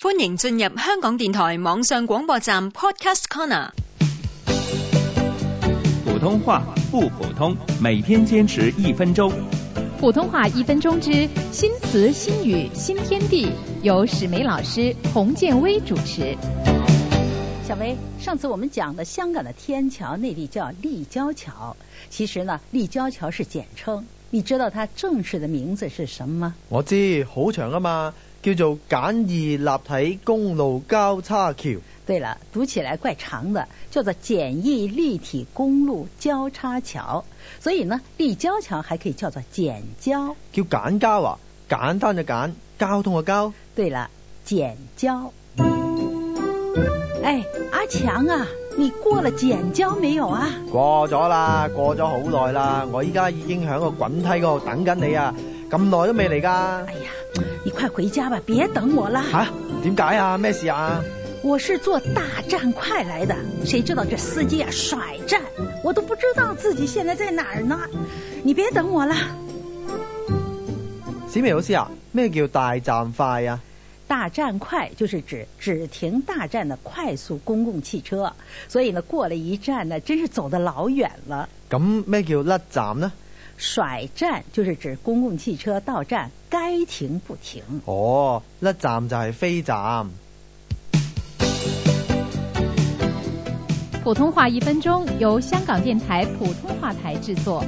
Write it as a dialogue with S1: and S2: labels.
S1: 歡迎進入香港電台網上廣播站 Podcast Corner。
S2: 普通话不普通，每天坚持一分钟。
S3: 普通话一分钟之新词新语新天地，由史梅老师、洪建威主持。
S4: 小薇，上次我们讲的香港的天桥，内地叫立交桥，其实呢，立交桥是简称。你知道它正式的名字是什么吗？
S5: 我知好長啊嘛，叫做簡易立體公路交叉橋。
S4: 对了，读起来怪长的，叫做简易立体公路交叉桥。所以呢，立交桥还可以叫做简交。
S5: 叫簡交啊，簡單嘅簡，交通嘅交。
S4: 对了，简交。哎，阿强啊，你过了简交没有啊？
S5: 過咗啦，過咗好耐啦，我依家已經喺個滾梯嗰度等緊你啊！咁耐都未嚟㗎
S4: 哎呀，你快回家吧，别等我啦。
S5: 吓？點解啊？咩事啊？
S4: 我是坐大站快来的，谁知道这司机啊甩站，我都不知道自己现在在哪儿呢。你别等我了，
S5: 小明老師啊，咩叫大站快啊？
S4: 大站快就是指只停大站的快速公共汽车，所以呢，过了一站呢，真是走得老远了。
S5: 咁咩叫甩站呢？
S4: 甩站就是指公共汽车到站该停不停。
S5: 哦，甩站就係飛站。
S3: 普通话一分钟由香港电台普通话台制作，